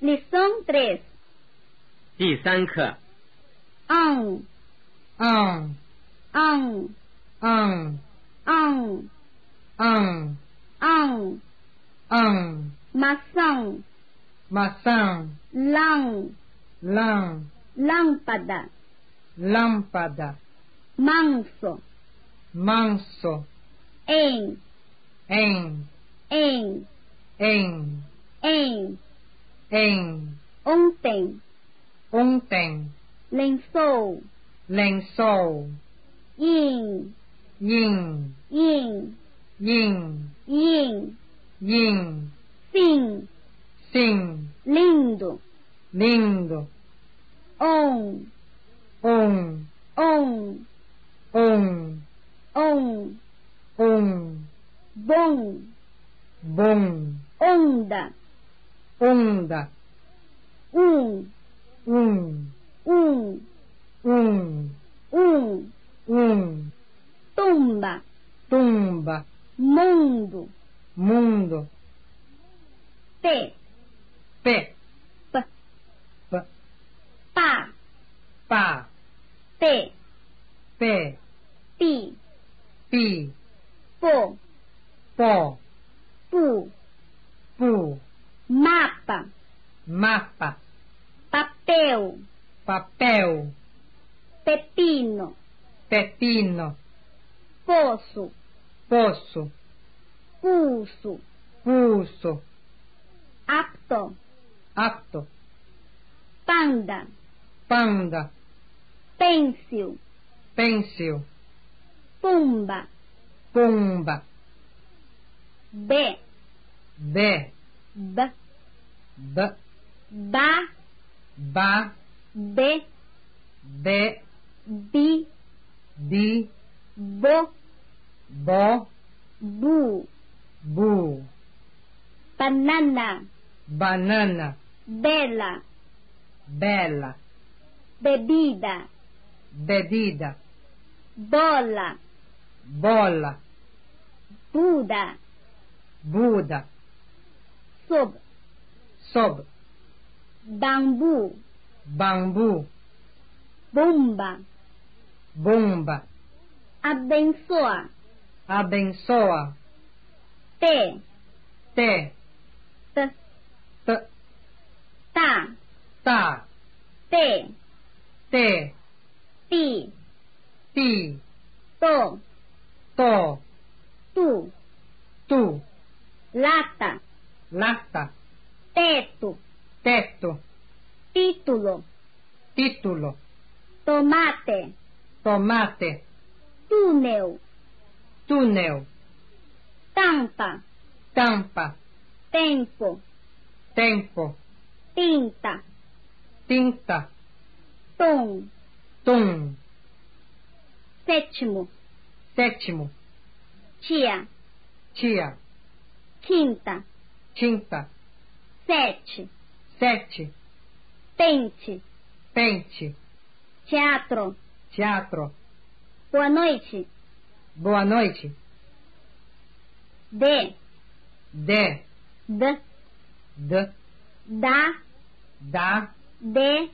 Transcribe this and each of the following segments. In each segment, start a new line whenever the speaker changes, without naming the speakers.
Lição 3.
第三课
On,
um,
on,
um,
on,
um,
on.
um,
Maçã,
maçã,
lão,
lã,
lâmpada,
lâmpada,
manso,
manso,
em,
哎 em,
em,
哎 em,
em.
em,
Ontem,
ontem,
lençol,
lençol,
yin,
yin,
yin,
yin,
yin.
yin,
Sim,
sim,
lindo.
lindo,
On,
um,
on,
um,
on.
um,
Bom,
bom,
onda,
onda,
um,
um,
um,
um,
um.
um,
Tumba,
tumba,
mundo,
mundo,
pé,
pé,
p,
p,
pá,
pá,
pé,
pé,
pi,
pi,
pô,
pó,
pu.
pu,
mapa,
mapa,
papel,
papel,
pepino,
pepino,
poço,
poço,
pulso,
pulso,
apto,
apto,
panda,
panda,
pêncil,
pêncil,
pumba,
pomba,
be,
be,
b,
b,
ba,
ba,
be,
be,
bi,
bi,
bo,
bo,
bu,
bu,
banana,
banana,
bela,
bela,
bebida,
bebida,
bola,
bola,
Buda,
Buda,
sob,
sob,
bambu,
bambu,
bomba,
bomba,
abençoa,
abençoa,
te,
te,
t,
t,
ta,
tá,
te,
te,
pi,
ti,
to,
to,
tu,
tu,
lata,
lata,
teto,
teto,
título,
título,
tomate,
tomate,
túnel,
túnel,
tampa,
tampa,
tempo,
tempo,
tinta,
tinta,
tom,
tom,
sétimo,
sétimo,
tia,
tia,
quinta,
tinta,
sete,
sete,
pente,
pente,
teatro.
teatro,
Boa noite,
boa noite,
de,
de,
d,
de,
da,
da,
de,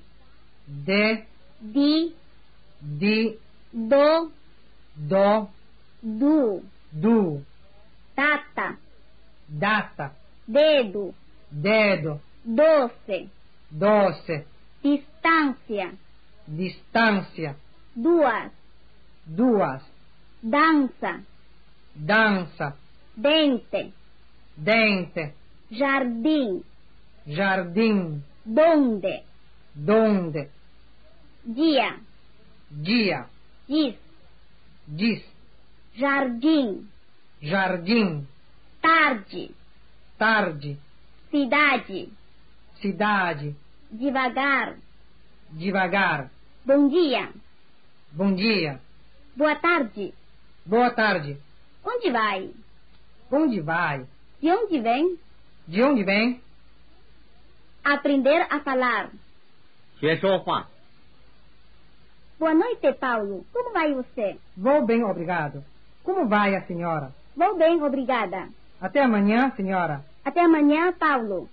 de,
di,
de,
do,
do,
du,
do,
data,
data,
dedo,
dedo,
doce,
doce,
distância,
distância,
duas,
duas,
dança,
dança,
dente,
dente,
jardim,
jardim,
donde,
donde,
dia,
dia,
diz,
diz,
jardim,
jardim,
tarde,
tarde,
cidade,
cidade,
devagar,
devagar,
bom dia,
bom dia,
boa tarde,
boa tarde,
onde vai,
onde vai,
de onde vem,
de onde vem,
aprender a falar.
学说话。
Boa noite, Paulo, como vai você?
vou bem, obrigado. Como vai a senhora?
Vou bem, obrigada.
Até amanhã, senhora.
Até amanhã, Paulo.